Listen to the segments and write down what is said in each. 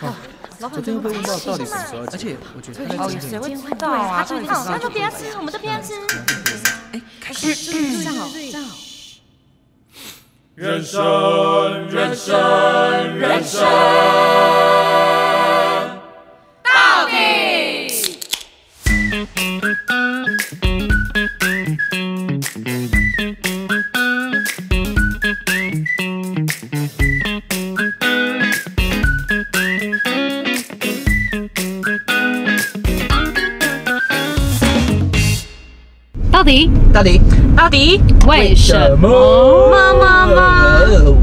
啊，老昨板天怎又么被不问吃到到底呢什么时候要结，而且我觉得他哦在有真谁正会知对道啊？他出去到底好，是那就谁不要吃，我们就不要吃。这样哦，这样哦。人生，人生，人生。到底到底到底为什么？呃么？妈妈妈，呃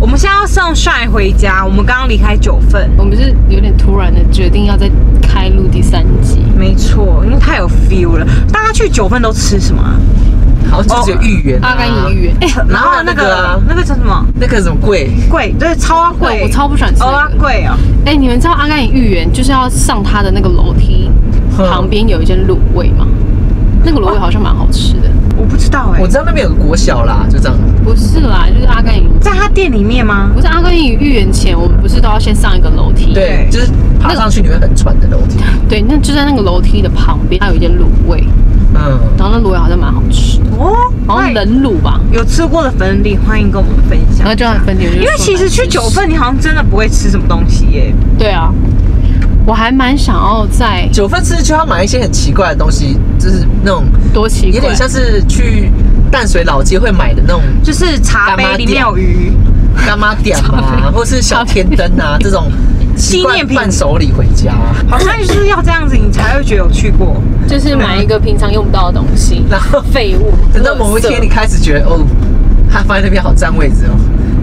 我们现在要送帅回家，我们刚刚离开九份。我们是有点突然的决定要再开录第三集，没错，因为太有 feel 了。大家去九份都吃什么啊？好像只有芋圆、阿甘有预约。哎、然后那那个个啊那个叫什么？那个什么贵，贵，对，超阿贵，我超不喜欢吃、哦那阿个。贵哦。哎、你们知道阿甘与芋圆就是要上他的那个楼梯哼旁边有一间卤味吗？那个卤味好像蛮好吃的。我不知道哎、我知道那边有个国小啦，就这样。不是啦，就是阿甘与在他店里面吗？不是阿甘与芋圆前，我们不是都要先上一个楼梯？对，就是爬上去你会很喘的楼梯。对，那就在那个楼梯的旁边，它有一间卤味，嗯，然后那卤味好像蛮好吃的，哦，好像那冷卤吧。有吃过的粉底，欢迎跟我们分享。然后就很分点，因为其实去九份，你好像真的不会吃什么东西耶、对啊，我还蛮想要再九份吃就要买一些很奇怪的东西，就是那种多奇有怪点，像是去淡水老街会买的那种就是茶杯里面有鱼，干妈点 啊，或是小天灯啊这种奇纪怪念品伴手礼回家，好像就是要这样子，你才会觉得有去过。就是买一个平常用不到的东西， 然后废物。等到某一天你垃圾开始觉得哦，他发现那边好占位置哦，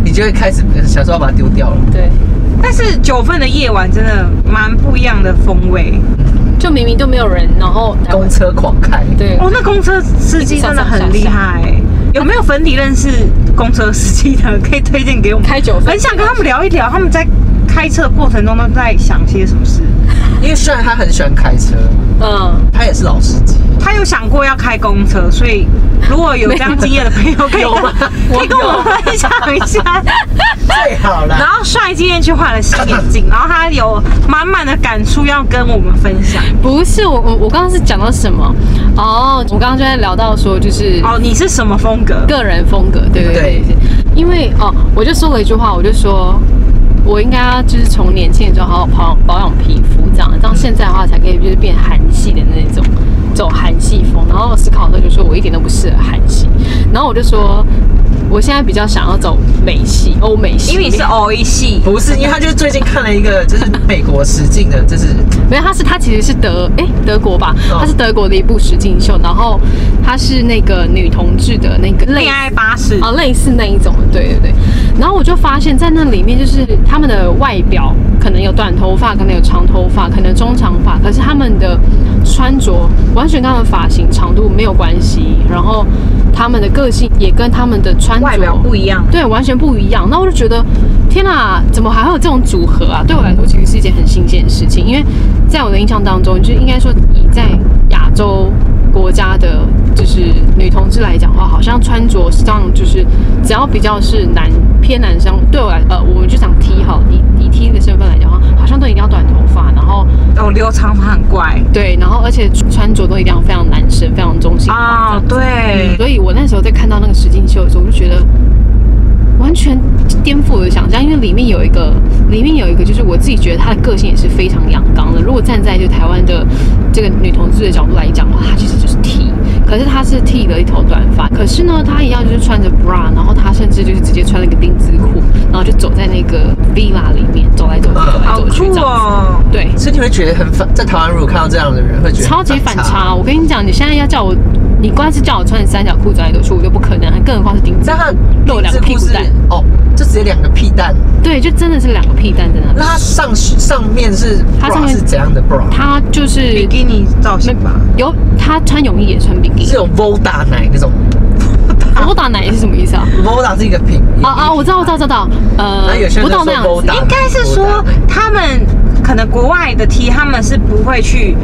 你就会开始呃想说要把它丢掉了。对，但是九份的夜晚真的蛮不一样的风味。就明明就没有人，然后公车狂开，对哦，那公车司机真的很厉害、有没有粉底认识公车司机的，可以推荐给我们？开九份很想跟他们聊一聊，他们在开车的过程中都在想些什么事。因为虽然他很喜欢开车，嗯，他也是老司机，他有想过要开公车，所以如果有这样经验的朋友，可以有吗 跟可以跟我们分享一下。最好然啦。后帅今天去换了新眼镜，然后他有满满的感触要跟我们分享。不是我我我刚刚是讲到什么？哦，我刚刚就在聊到说就是哦，你是什么风格？个人风格，对对对对对，因为哦，我就说了一句话，我就说。我应该要就是从年轻的时候好好保养保养皮肤，这样这样现在的话才可以就是变韩系的那种，走韩系风。然后思考的时候就说我一点都不适合韩系，然后我就说我现在比较想要走美系、欧美系，因为你是 O E 系，不是，因为他就是最近看了一个，就是美国实境的，就是没有，他是他其实是德哎、德国吧，嗯他哦是德国的一部实境秀，然后他是那个女同志的那个类恋爱巴士。啊，类似那一种的，对对对。然后我就发现，在那里面就是他们的外表可能有短头发，可能有长头发，可能中长发，可是他们的穿着完全跟他们发型长度没有关系，然后他们的个性也跟他们的穿着外表不一样对，完全不一样。那我就觉得，天哪，怎么还会有这种组合啊？对我来说，其实是一件很新鲜的事情，因为在我的印象当中，就应该说以在亚洲国家的，就是女同志来讲的话，好像穿着上就是只要比较是男偏男生，对我来呃，我们就讲 T 好，以以 T 的身份来讲的话，好像都一定要短头发，然后哦，留长发很怪对，然后而且穿着都一定要非常男生，非常中性化这啊、样哦子，对，嗯所以我那时候在看到那个实境秀的时候，我就觉得完全颠覆我的想象，因为里面有一个，里面有一个就是我自己觉得她的个性也是非常阳刚的。如果站在就台湾的这个女同志的角度来讲的话，她其实就是 T，可是她是剃了一头短发，可是呢，她一样就是穿着 bra，然后她甚至就是直接穿了一个丁字裤，然后就走在那个 villa 里面走来走去，走来好走去酷这样子。哦。对，所以你会觉得很反，在台湾如果看到这样的人，会觉得超级反差。我跟你讲，你现在要叫我，你光是叫我穿着三角裤走来走去，我就不可能，更何况是丁字但裤他露两个屁股蛋。哦，就直接两个屁蛋。对，就真的是两个屁蛋在那那里。他上上面是它上 bra 面是怎样的 bra？他就是比基尼造型吧，有他穿泳衣也穿比基是尼。有 Voda 奶那种我打奶是什么意思啊？ ，Voda 是一个品。啊 啊，我知道，我知道，我知道。呃那有些，人不在到说那样子 Voda 应该是说他们可能国外的 T，他们是不会去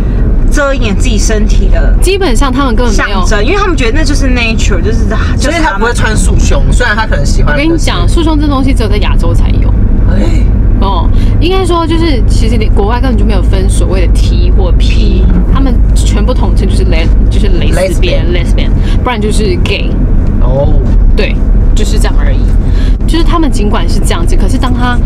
遮掩自己身体的基本上他们根本没有象。征，因为他们觉得那就是 nature，就是就所以是他他不会们。穿束胸，虽然他可能喜欢。我跟你讲，，束胸这东西只有在亚洲才有。哎，哦，应该说就是，其实你国外根本就没有分所谓的 T 或 P，他们全部统称就是蕾，就是蕾丝边 lesbian，不然就是 gay，哦，对，就是这样而已。就是他们尽管是这样子，可是当他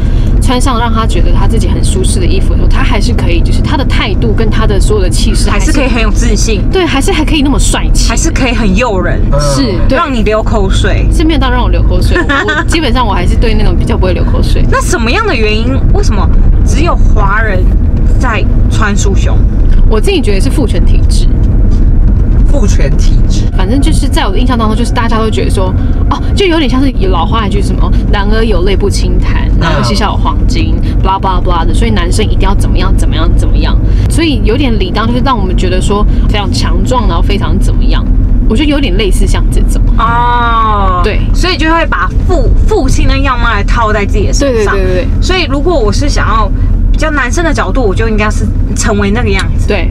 穿上让他觉得他自己很舒适的衣服的时候，他还是可以，就是他的态度跟他的所有的气势还是可以，很有自信，对，还是还可以那么帅气，还是可以很诱人，嗯是对。让你流口水。是没有到让我流口水，我我基本上我还是对那种比较不会流口水。那什么样的原因？为什么只有华人在穿束胸？我自己觉得是父权体制，父权体制，反正就是在我的印象当中，就是大家都觉得说，哦，就有点像是老话一句什么“男儿有泪不轻弹，男儿膝下有黄金 ”，blah blah blah 的，所以男生一定要怎么样怎么样怎么样，所以有点理当就是让我们觉得说非常强壮，然后非常怎么样，我觉得有点类似像这种。哦，对所以就会把父父亲的样貌来套在自己的对身对上。对对对所以如果我是想要比较男生的角度，我就应该是成为那个样子。对，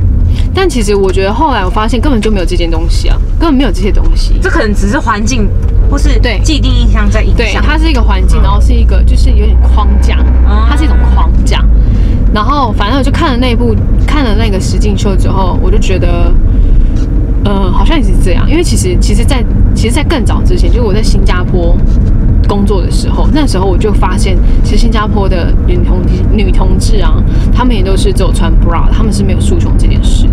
但其实我觉得后来我发现根本就没有这件东西啊，根本没有这些东西。这可能只是环境或是对既定印象在影对，响。它是一个环境，然后是一个就是有点框架，哦它是一种框架。然后反正我就看了那部看了那个实境秀之后，我就觉得，呃，好像也是这样。因为其实其实在，其实，在更早之前，就是我在新加坡工作的时候，那时候我就发现，其实新加坡的女同女同志啊，她们也都是只有穿 bra，她们是没有束胸这件事的。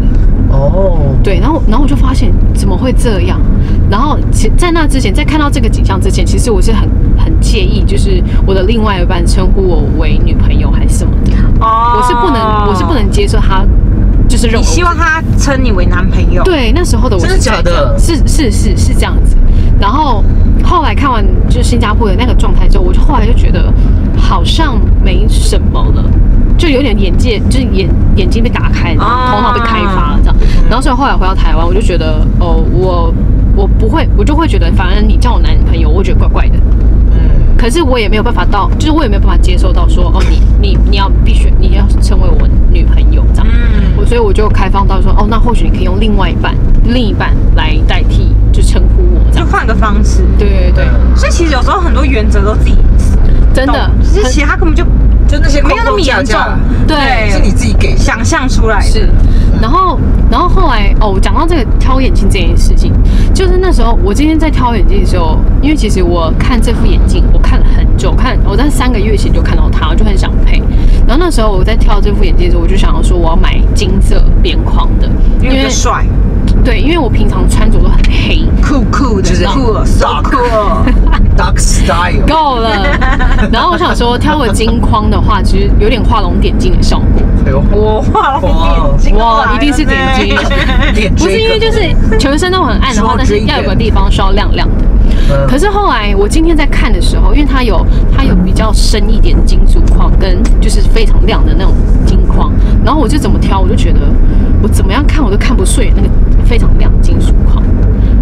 哦，对，然后然后我就发现怎么会这样？然后其在那之前，在看到这个景象之前，其实我是很很介意，就是我的另外一半称呼我为女朋友还是什么的，哦我是不能我是不能接受他就是认为你我希望他称你为男朋友？，对那时候的我是真的假的这样是是是是这样子。然后后来看完就是新加坡的那个状态之后，我就后来就觉得好像没什么了。就有点眼界，就是眼眼睛被打开，头啊脑被开发这样。然后所以后来回到台湾，我就觉得哦，我我不会，我就会觉得，反正你叫我男朋友，我觉得怪怪的。嗯，可是我也没有办法到，就是我也没有办法接受到说哦，你你你要必须你要成为我女朋友这样。嗯，我所以我就开放到说哦，那或许你可以用另外一半另一半来代替，就称呼我就这样。换个方式。对对对，啊所以其实有时候很多原则都自己真的懂，其实很其实他根本就就那些没有那么框框严重架架对啊是你自己给想象出来的。嗯是，然后然后后来哦，我讲到这个挑眼镜这件事情，就是那时候我今天在挑眼镜的时候，因为其实我看这副眼镜，我看了很久，我看我在三个月前就看到它，我就很想配。然后那时候我在挑这副眼镜的时候，我就想要说我要买金色边框的，因为比较帅，对，因为我平常穿着都很黑，酷酷的，就是酷了，so dark cool。 dark 啊 style，够了。然后我想说挑个金框的话，其实有点画龙点睛的效果。哎呦，我画了眼睛哇来了一定是顶级呢脸不是因为就是全身都很暗，然后但是要有个地方是要亮亮的。可是是后来我今天在看的时候，因为它有它有比较深一点金属框，跟就是非常亮的那种金框，然后我就怎么挑，我就觉得我怎么样看我都看不顺眼那个非常亮金属框，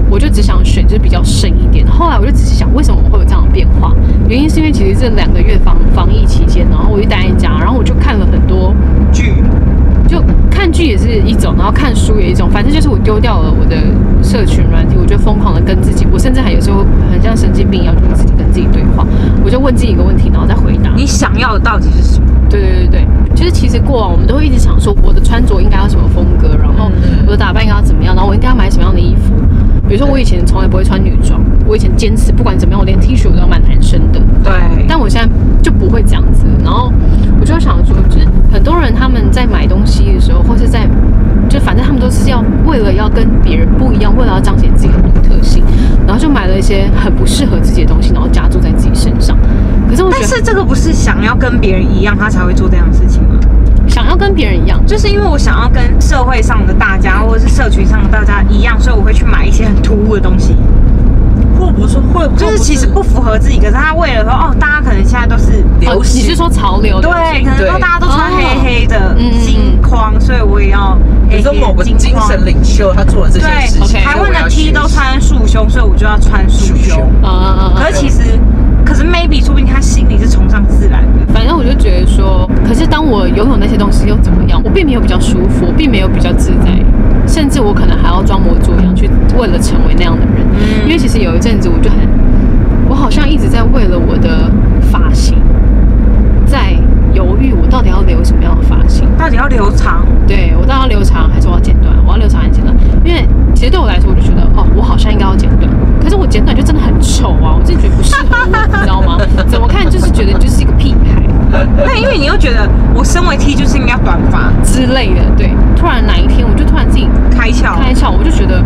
我就只想选就是比较深一点。后来我就仔细想，为什么我会有这样的变化？原因是因为其实这两个月防防疫期间，然后我就待在家，然后我就看了很多嗯剧就看剧也是一种，然后看书也一种，反正就是我丢掉了我的社群软体，我就疯狂的跟自己，我甚至还有时候很像神经病一样，就是自己跟自己对话，我就问自己一个问题，然后再回答。你想要的到底是什么？对对对对，就是其实过往我们都会一直想说，我的穿着应该要什么风格，然后我的打扮应该要怎么样，然后我应该要买什么样的衣服。比如说我以前从来不会穿女装，我以前坚持不管怎么样，我连 T 恤我都要买男生的。对，但我现在就不会这样子。然后我就想说，就是很多人他们在买东西的时候，或是在就反正他们都是要为了要跟别人不一样，为了要彰显自己的独特性，然后就买了一些很不适合自己的东西，然后加注在自己身上。可是我觉但得是这个不是想要跟别人一样，他才会做这样的事情吗？想要跟别人一样，就是因为我想要跟社会上的大家，或者是社群上的大家一样，所以我会去买一些很突兀的东西，或不是会或就是其实不符合自己，可是他为了说哦，大家可能现在都是哦流你是行，说潮流？流对，行可能说对大家都穿黑黑的哦嗯金框，所以我也要比黑如说黑某个的精框。神领袖他做了这件事对情， ，OK 台湾的 T T 都穿束胸，所以我就要穿束束胸胸。嗯嗯嗯可是其实，可是 maybe 说不定他心里是崇尚自然的。反正我就觉得说，可是当我拥有那些东西又怎么样？我并没有比较舒服，我并没有比较自在，甚至我可能还要装模作样去为了成为那样的人。因为其实有一阵子我就很，我好像一直在为了我的发型在犹豫，我到底要留什么样的发型？到底要留长？对我到底要留长还是我要剪短？我要留长还是剪短？因为其实对我来说，我就觉得哦，我好像应该要剪短，可是我剪短就真的很丑啊，我真的觉得不适合我，你知道吗？怎么看就是觉得就是一个屁孩那因为你又觉得我身为 T 就是应该短发之类的。对，突然哪一天我就突然自己开窍，开窍，我就觉得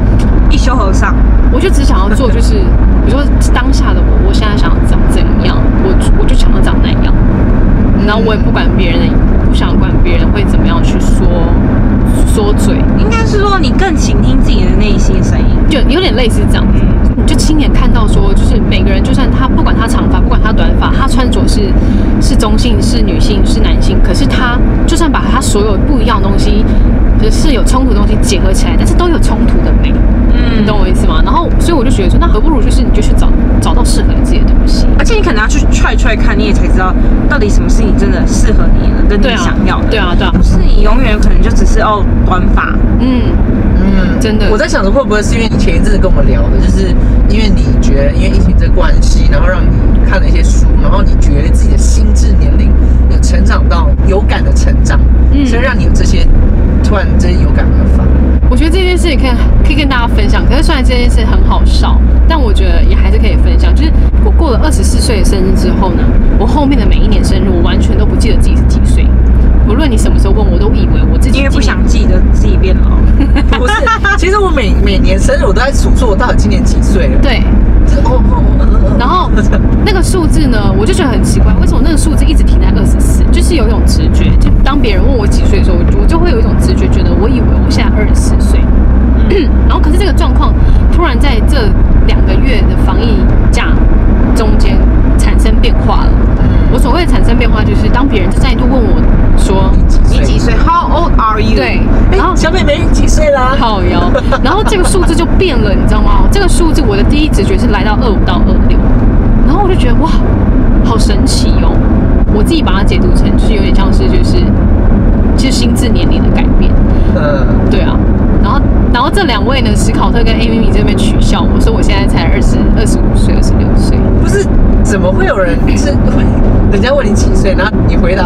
一休和尚。我就只想要做，就是比如说当下的我，我现在想要长怎样，我我就想要长那样，然后我也不管别人的，不想管别人会怎么样去说说嘴，应该是说你更倾听自己的内心声音。就有点类似这样子。你就亲眼看到说，就是每个人，就算他不管他长发，不管他短发，他穿着是是中性、是女性、是男性，可是他就算把他所有不一样的东西，就是有冲突的东西结合起来，但是都有冲突的美。你嗯懂我意思吗？然后，所以我就觉得说，那何不如就是你就去找找到适合你自己的东西。而且你可能要去踹踹看，你也才知道到底什么是你真的适合你的，跟对你啊，想要的。对，啊，对啊，是你永远可能就只是哦短发，嗯，嗯真的我在想着会不会是因为你前一阵子跟我们聊的，就是因为你觉得因为疫情这关系，然后让你看了一些书，然后你觉得自己的心智年龄有成长到有感的成长，嗯所以让你有这些突然之间有感而发。我觉得这件事情可以可以跟大家分享。可是虽然这件事很好笑，但我觉得也还是可以分享。就是我过了二十四岁的生日之后呢，我后面的每一年生日，我完全都不记得自己是几岁。无论你什么时候问我，我都以为我自己因为不今想年记得自己变老。不是，其实我每每年生日我都在数说我到底今年几岁了。对。就是哦哦哦，然后那个数字呢，我就觉得很奇怪，为什么那个数字一直停在二十四？就是有一种直觉，就当别人问我几岁的时候，我就我就会有一种直觉，觉得我以为我现在二十四岁。嗯然后可是这个状况突然在这两个月的防疫假中间产生变化了。我所谓的产生变化，就是当别人再度问我说，你你几几岁？岁？How old are you？对，哎然后，嗯小妹妹你几岁啦？靠腰，然后这个数字就变了，你知道吗？这个数字我的第一直觉是来到二五到二六，然后我就觉得哇，好神奇哦！我自己把它解读成就是有点像是就是就是心智年龄的改变，嗯，对啊。然后然后这两位呢，史考特跟 Amy 米这边取笑我说我现在才二十二十五岁、二十六岁，不是，怎么会有人是会人家问你几岁，然后你回答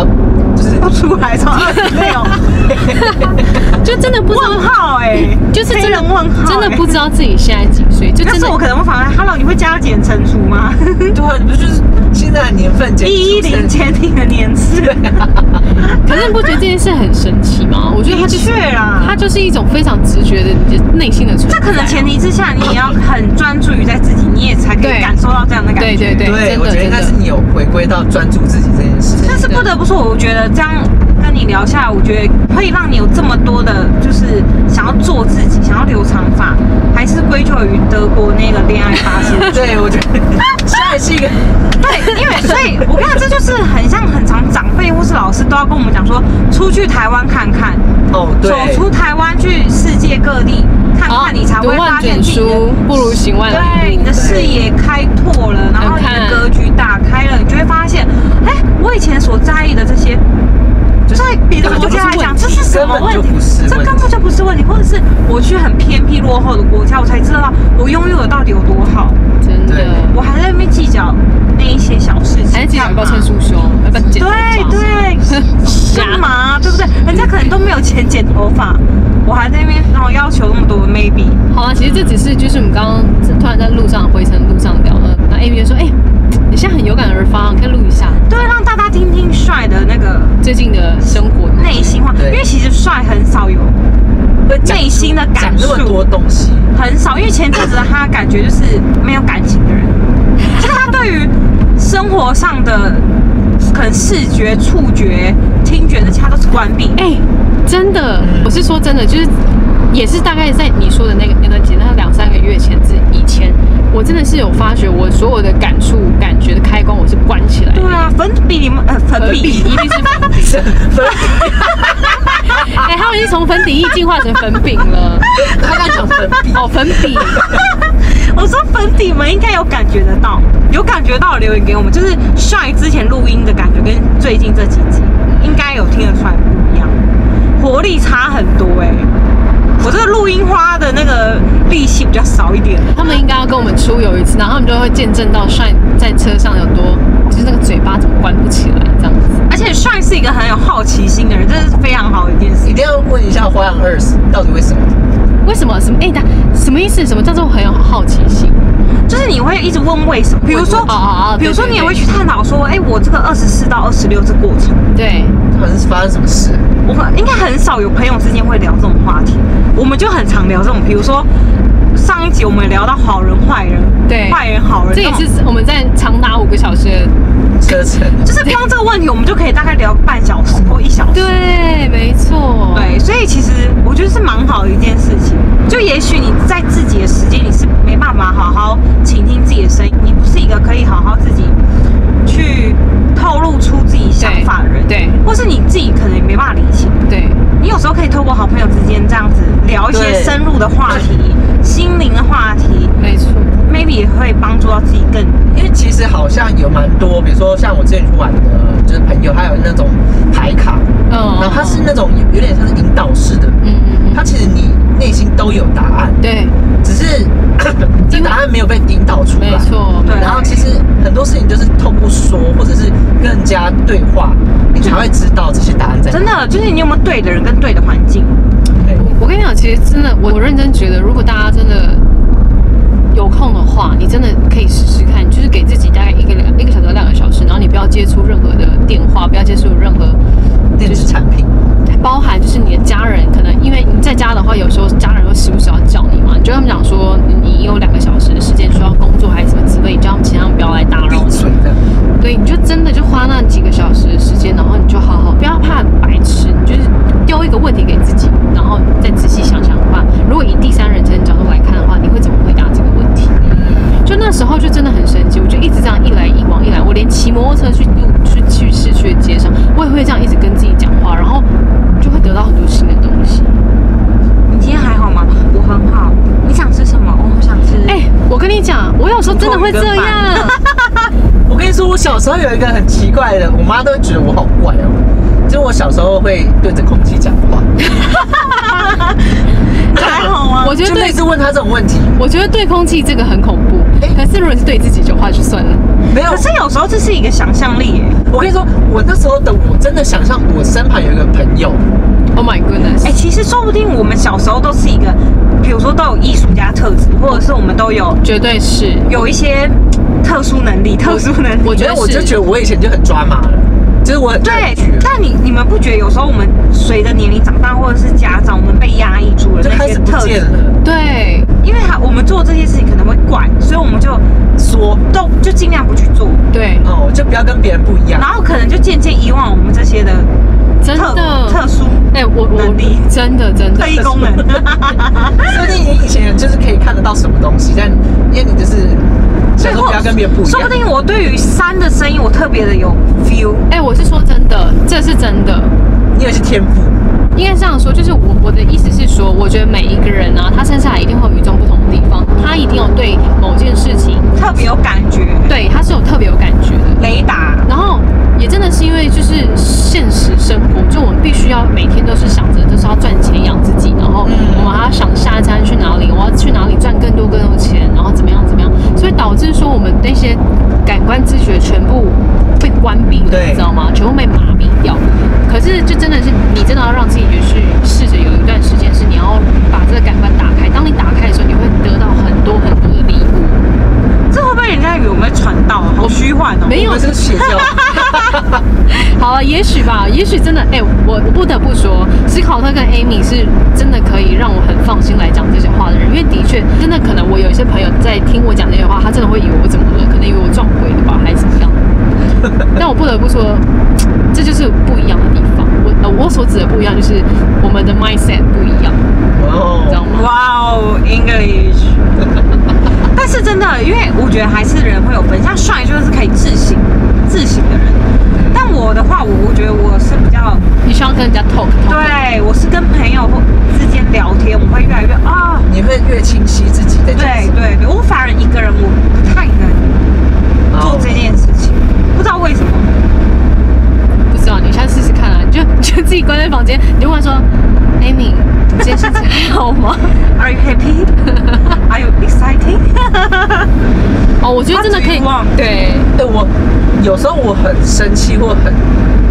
就是不出来超二十六， 就真的不知道问号哎，就是真黑的人问号欸，真的不知道自己现在几岁，就要真是的我可能会反问 Hello，你会加减乘除吗？对啊，你不就是现在的年份减一一出生零减你的年次，可是你不觉得这件事很神奇吗？我觉得它就是的确啊啦它就是一种非常直觉的你的内心的存在这啊。可能前提之下，你也要很专注于在自己，你也才可对以感受到这样的感对觉。对对，对，真我的觉得应真该是的。你有回归到专注自己这件事情。但是不得不说，我觉得这样跟你聊下来，我觉得会让你有这么多的，就是想要做自己，想要留长发，还是归咎于德国那个恋爱巴士。对，我觉得现在是一个 对，因为所以我跟你讲，这就是很像很常长辈或是老师都要跟我们讲说，出去台湾看看，哦，对哦走，出台湾去世界各地看好看，你才读会啊万发现卷自己的书不如行万里对，路你的视野开拓了，然后你看的格局打开了，你就会发现，哎，我以前所在意的这些，在别的根本国就不是家来讲，问题这是什么问根本就题不是？这问题根本就不是问题，或者是我去很偏僻落后的国家，我才知道我拥有的到底有多好，真的对。我还在那边计较那一些小事情，哎还是要干不嘛要趁束胸，要不要剪头对发？对，干嘛？对不对？人家可能都没有钱剪头发，我还在那边然后要求那么多，maybe。好啊，其实这只是就是我们刚刚突然在路上回程路上聊了，那 Amy 就说：“哎、你现在很有感而发，你可以录一下对，让大家听听帅的那个最近的生活。”内心话，对因为其实帅很少有呃内心的讲感那受么，多东西，很少。因为前阵子他感觉就是没有感情的人， 就是他对于生活上的可能视觉、触觉、听觉这些他都是关闭。哎、真的，我是说真的，就是也是大概在你说的那个那段期间，那两三个月前之以前，我真的是有发觉，我所有的感触、感觉的开关，我是关起来 的对。啊，粉笔你们呃粉粉笔饼一定是粉饼，哎、他们已经从粉底液进化成粉饼了。他刚讲粉笔，哦，粉饼，我说粉底们应该有感觉得到，有感觉到留言给我们，就是帅之前录音的感觉跟最近这几集应该有听得出来不一样，活力差很多哎、我这个录音花的那个力气比较少一点，他们应该要跟我们出游一次，然后他们就会见证到帅在车上有多，就是那个嘴巴怎么关不起来这样子。而且帅是一个很有好奇心的人，这是非常好的一件事一。定要问一下《花样二》到底为什么？为什么？什么？哎、那什么意思？什么叫做很有好奇心？就是你会一直问为什么，比如说哦哦哦，比如说对对你也对会去探讨说，哎、我这个二十四到二十六这过程，对，到底是发生什么事？我们应该很少有朋友之间会聊这种话题，我们就很常聊这种，比如说上一集我们聊到好人坏人，对坏人好人，这也种是我们在长达五个小时的。车程就是光这个问题，我们就可以大概聊半小时或一小时。对，没错。对，所以其实我觉得是蛮好的一件事情。就也许你在自己的时间，你是没办法好好倾听自己的声音，你不是一个可以好好自己去透露出自己想法的人，对或是你自己可能也没办法理清。对你有时候可以透过好朋友之间这样子聊一些对深入的话题、心灵的话题没错。嗯，maybe 也会帮助到自己更因为其实好像有蛮多，比如说像我之前去玩的，就是朋友，他有那种牌卡，嗯。哦然后他是那种有点像是引导式的，嗯嗯他其实你内心都有答案，嗯，对，只是这答案没有被引导出来没。错。对然后其实很多事情就是透过说，或者是跟人家对话，你才会知道这些答案在哪。真的就是你有没有对的人跟对的环境，对，我跟你讲，其实真的，我我认真觉得，如果大家真的有空的话，你真的可以试试看，就是给自己大概一个两一个小时到两个小时，然后你不要接触任何的电话，不要接触任何电子产品，包含就是你的家人，可能因为你在家的话，有时候家人会时不时要叫你嘛，你就跟他们讲说你有两个小时的时间需要工作还是什么之类，你叫他们尽量不要来打闭扰你。嘴的。对，你就真的就花那几个小时的时间，然后你就好好，不要怕白痴，你就是丢一个问题给自己，然后再仔细想想的话，如果以第三人称角度来看的话，你会怎么回答这个问题？就那时候就真的很神奇，我就一直这样一来一往一来，我连骑摩托车去路去去市区的街上，我也会这样一直跟自己讲话，然后就会得到很多新的东西。你今天还好吗？我很好。你想吃什么？哦我好想吃。哎、我跟你讲，我有时候真的会这样，我跟你说，我小时候有一个很奇怪的，我妈都觉得我好怪哦。就我小时候会对着空气讲话，还好啊吗？我觉得就对类似问她这种问题，我觉得对空气这个很恐怖，可是如果是对自己的话就算了。没有可。是有时候这是一个想象力耶。我跟你说，我那时候的我真的想象我身旁有一个朋友， Oh my goodness！哎、其实说不定我们小时候都是一个，比如说都有艺术家特质，或者是我们都有绝对是。有一些特殊能力，特殊能力。我觉因得为我就是觉得我以前就很抓马了，就是我哎很对拒绝，但你你们不觉得有时候我们随着年龄长大，或者是家长，我们被压抑住了就那开些始不特见质？了，对，因为他我们做这些事情可能会怪，所以我们就说都就尽量不去做，对，哦，就不要跟别人不一样然。后可能就渐渐遗忘我们这些的真特特的，殊哎、我能力我真的真的特，异功 能。所以你以前就是可以看得到什么东西，但因为你就是想说不要跟别人不一说样不，定我对于山的声音，我特别的有 feel。哎、我是说真的，这是真的。你有一些天赋，应该这样说，就是我我的意思是说，我觉得每一个人啊，他身上一定会有与众不同的地方，他一定有对某件事情，特别有感觉，对他是有特别有感觉的。雷达。然后也真的是因为就是现实生活，就我们必须要每天都是想着就是要赚钱养自己，然后我们还要想下一餐去哪里，我要去哪里赚更多更多钱，然后怎么样怎么样，所以导致说我们那些感官知觉全部被关闭了，对你知道吗？全部被麻痹掉。可是就真的是你真的要让自己去试着有一段时间是你要把这个感官打开，当你打开的时候，你会得到很多很多的礼物。这会不会人家以为我们在传道啊？好虚幻哦！没有我们是邪教，好了，也许吧，也许真的，哎、我不得不说，史考特跟 Amy 是真的可以让我很放心来讲这些话的人，因为的确，真的可能我有一些朋友在听我讲这些话，他真的会以为我怎么了，可能以为我撞鬼了吧，还是怎 么样。但我不得不说，这就是不一样的地方。我呃，我所指的不一样，就是我们的 mindset 不一样，知道哦，吗？哇哦，English。但是真的，因为我觉得还是人会有分，像帅就是可以自省、自省的人。但我的话，我我觉得我是比较，你需要跟人家 talk talk。对我是跟朋友或之间聊天，我会越来越啊，你会越清晰自己在讲对什么对对，我反而一个人我不太能哦做这件事情，不知道为什么。 不知道，你下次试试看啊！你就你就自己关在房间，你就问他说：“ Amy，你这件事情还好吗？ Are you happy? Are you exciting? 哦，我觉得真的可以 What do you want？，对，对我有时候我很生气或很，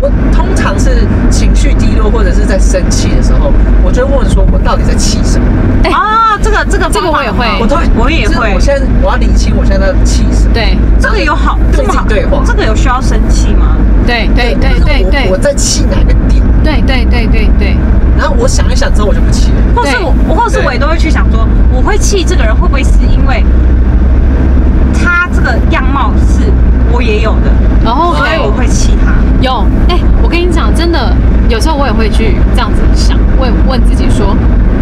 我通常是情绪低落或者是在生气的时候，我就会问说我到底在气什么？哦，这个这个这个我也会方法我都我也就是会我。现在我要理清我现在在气什么。对，这个有好对这么自己好对话这个有需要生气吗？对，对，对，对，就是我我对，在气哪个点？对，对，对，对，对，然后我想一想之后我就不气了。或是对我，或是我也都会去想说，我会气这个人会不会是因为他这个样貌是我也有的，然后所还以有我会气他。有，哎、我跟你讲，真的，有时候我也会去这样子想，问问自己说，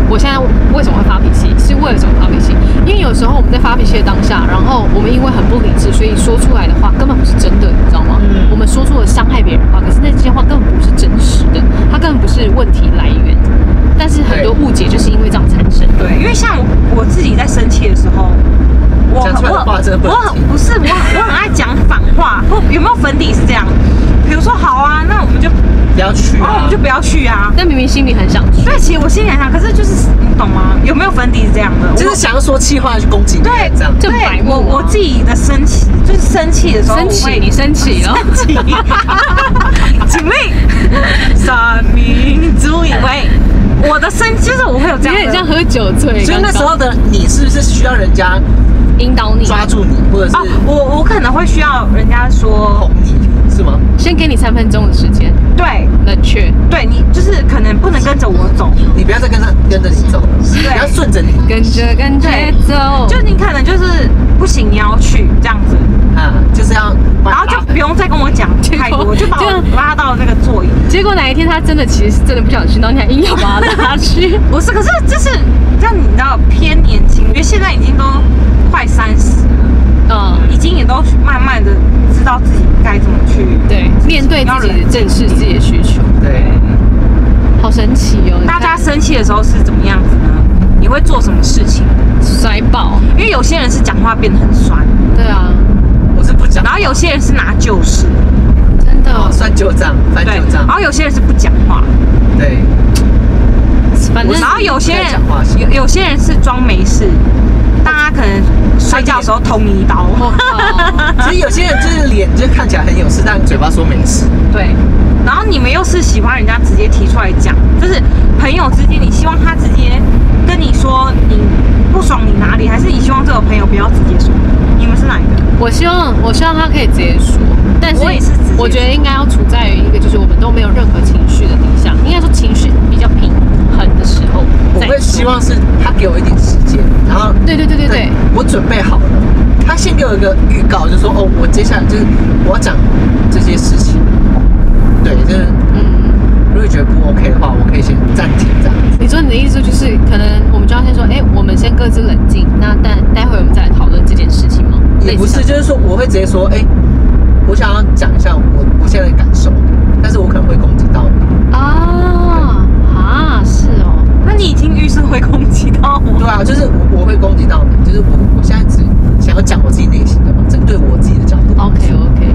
我现在为什么会发脾气？是为了什么发脾气？因为有时候我们在发脾气的当下，然后我们因为很不理智，所以说出来的话根本不是真的，你知道吗？嗯我们说出了伤害别人的话，可是那些话根本不是真实的，它根本不是问题来源。但是很多误解就是因为这样产生。对，因为像我我自己在生气的时候，我讲很出来的我话真的不我能很听不是我很我很爱讲反 话，或有没有粉底是这样？比如说好啊，那我们就不要去哦我啊们就！不要去啊。但明明心里很想去，对，其实我心里很想，可是就是你懂吗？有没有粉底是这样的？就我是想要说气话去攻击你，对这样。这对白目我我啊自己的生气，就是生气的时候，生我气，会你生气 了。请请令三民主以为我的生气就是我会有这有点样像的。喝酒醉，所以那刚刚时候的你是不是需要人家引导你，抓住你，或者是哦，我我可能会需要人家说哄，你，是吗？先给你三分钟的时间对冷却，对，你就是可能不能跟着我走，你不要再跟着跟着你走，你要顺着你跟着跟着对走，就你可能就是不行，你要去这样子，啊，就是要把然后就不用再跟我讲结果太多，就把这我样拉到那个座椅。结果哪一天他真的其实是真的不想去，然后你还硬要把他拉去，不是，可是就是让你知道偏年轻，因为现在已经都快三十了， 嗯，已经也都慢慢的知道自己该怎么去。对，面对自己的正视自己的需求，对，好神奇哦！你大家看生气的时候是怎么样子呢？你会做什么事情？甩爆，因为有些人是讲话变得很酸，对啊，我是不讲然，后有些人是拿旧事，真哦的，算旧账，翻对旧，账然，后有些人是不讲话，对，反正然 后有些不太人讲话是有有些人是装没事，大家可能睡觉的时候捅你一刀，哦我靠，其实有些人就是脸就看起来很有事，但嘴巴说没事，对，然后你们又是喜欢人家直接提出来讲，就是朋友之间，你希望他直接跟你说你不爽你哪里，还是你希望这个朋友不要直接说？你们是哪一个？我希望我希望他可以直接说，但是我也是直接我觉得说应该要处在于一个就是我们都没有任何情绪的底下，应该说情绪比较平衡的时候我再会希望是他给我一点时间，然后对对对对对，我准备好了，他先给我一个预告，就说哦，我接下来就是我要讲这些事情，对，就是嗯。如果觉得不 OK 的话，我可以先暂停这样。你说你的意思就是，可能我们就要先说，哎、我们先各自冷静，那但待会我们再来讨论这件事情吗？也不是，类似就是说我会直接说，哎、我想要讲一下我我现在的感受，但是我可能会攻击到你。这样啊啊，是哦，那你已经预设会攻击到我，对啊，就是我我会攻击到你，就是我我现在只想要讲我自己内心的嘛，针对我自己的角度。 ，OK OK。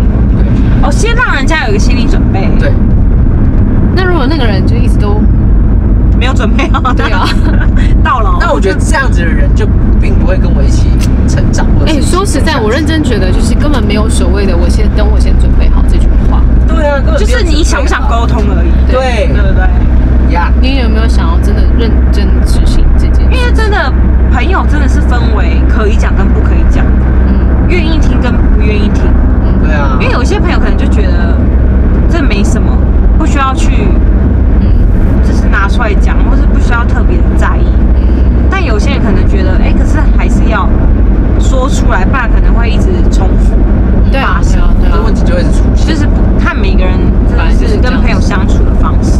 哦，先让人家有一个心理准备，对，那如果那个人就一直都没有准备好，对啊， 到了哦，那我觉得这样子的人就并不会跟我一起成长，或者哎、是一起说实成在，长我认真觉得就是根本没有所谓的，我先等我先准备好这句话。对啊，根本就是你想不想沟通而已，对对不对？呀你有没有想要真的认真执行这件事？因为真的朋友真的是分为可以讲跟不可以讲，嗯愿意听跟不愿意听。嗯对啊因，为有些朋友可能就觉得这没什么，不需要去嗯就是拿出来讲，或是不需要特别的在意。嗯，但有些人可能觉得，哎，可是还是要说出来，不然可能会一直重复对啊发对生。啊对这啊问。题就会出现。就是不看每个人真的是跟朋友相处的方式。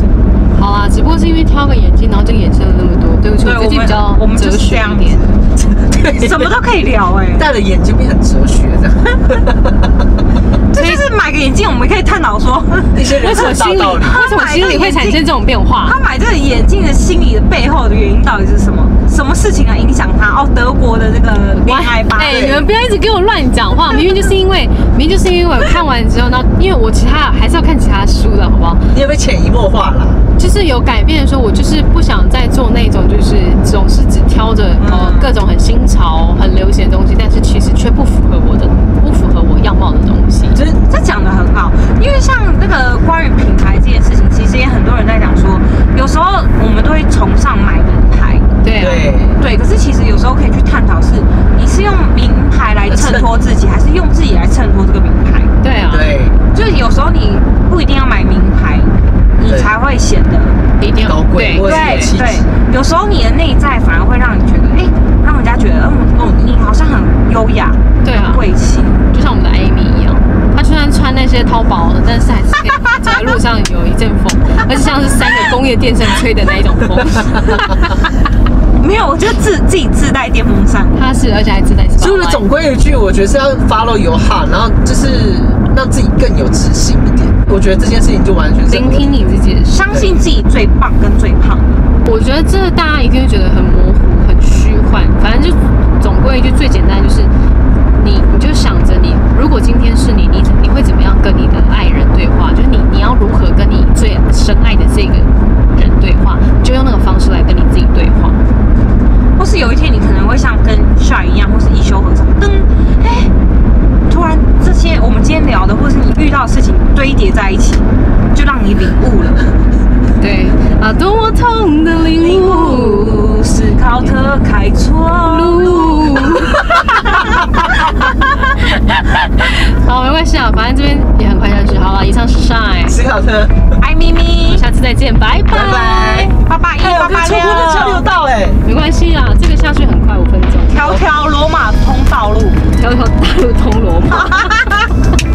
好啊，只不过是因为挑个眼镜，然后这个眼镜有那么多，对不起，对我最近比较我们我们就哲是学这样一子点。什么都可以聊哎、戴了眼睛变很哲学这样，这就是买个眼镜，我们可以探讨说， 一些为人什么生心大里道理。为什么心里会产生这种变化他？买这个眼镜的心理的背后的原因到底是什么？什么事情啊影响他？哦，德国的这个恋爱吧，哎，你们不要一直给我乱讲话，明明就是因为，明明就是因为我看完之后，那因为我其他还是要看其他书的，好不好？你有被潜移默化了？就是就是有改变的时候，我就是不想再做那种就是总是只挑着呃嗯各种很新潮、很流行的东西，但是其实却不符合我的、不符合我样貌的东西。这这讲的很好，因为像那个关于品牌这件事情，其实也很多人在讲说，有时候我们都会崇尚买名牌，对啊，对，对，可是其实有时候可以去探讨是，你是用名牌来衬托自己，还是用自己来衬托这个名牌？对啊，对，就是有时候你不一定要买名牌，你对才会显得一定要高贵对或者是有对气质对。有时候你的内在反而会让你觉得，哎，让人家觉得，嗯，哦，你好像很优雅、对啊，贵气。就像我们的 Amy 一样，她虽然穿那些淘宝的，但是还是可以走在路上有一阵风，而且像是三个工业电扇吹的那一种风。没有，我就自自己自带电风扇。她是，而且还自带 spotlight。就是总归一句，我觉得是要 follow your heart，然后就是让自己更有自信一点。我觉得这件事情就完全是聆听你自己的声相信自己最棒跟最胖的，我觉得这大家一定会觉得很模糊、很虚幻，反正就总归一句最简单就是。你你就想着你，如果今天是你，你你会怎么样跟你的爱人对话？就是你你要如何跟你最深爱的这个人对话，你就用那个方式来跟你自己对话。或是有一天你可能会像跟帅一样，或是一休和尚，噔，哎，突然这些我们今天聊的，或是你遇到的事情堆叠在一起，就让你领悟了。对啊，多么痛的领 悟，思考特开错路。好，没关系啊，反正这边也很快下去。好了，以上是 Shine，思考车，爱咪咪，下次再见，嗯拜拜。拜拜。八八一哎，八我跟八出国的车流六，到哎嘞，没关系啦，这个下去很快，五分钟，条条罗马通道路。条条大路通罗马。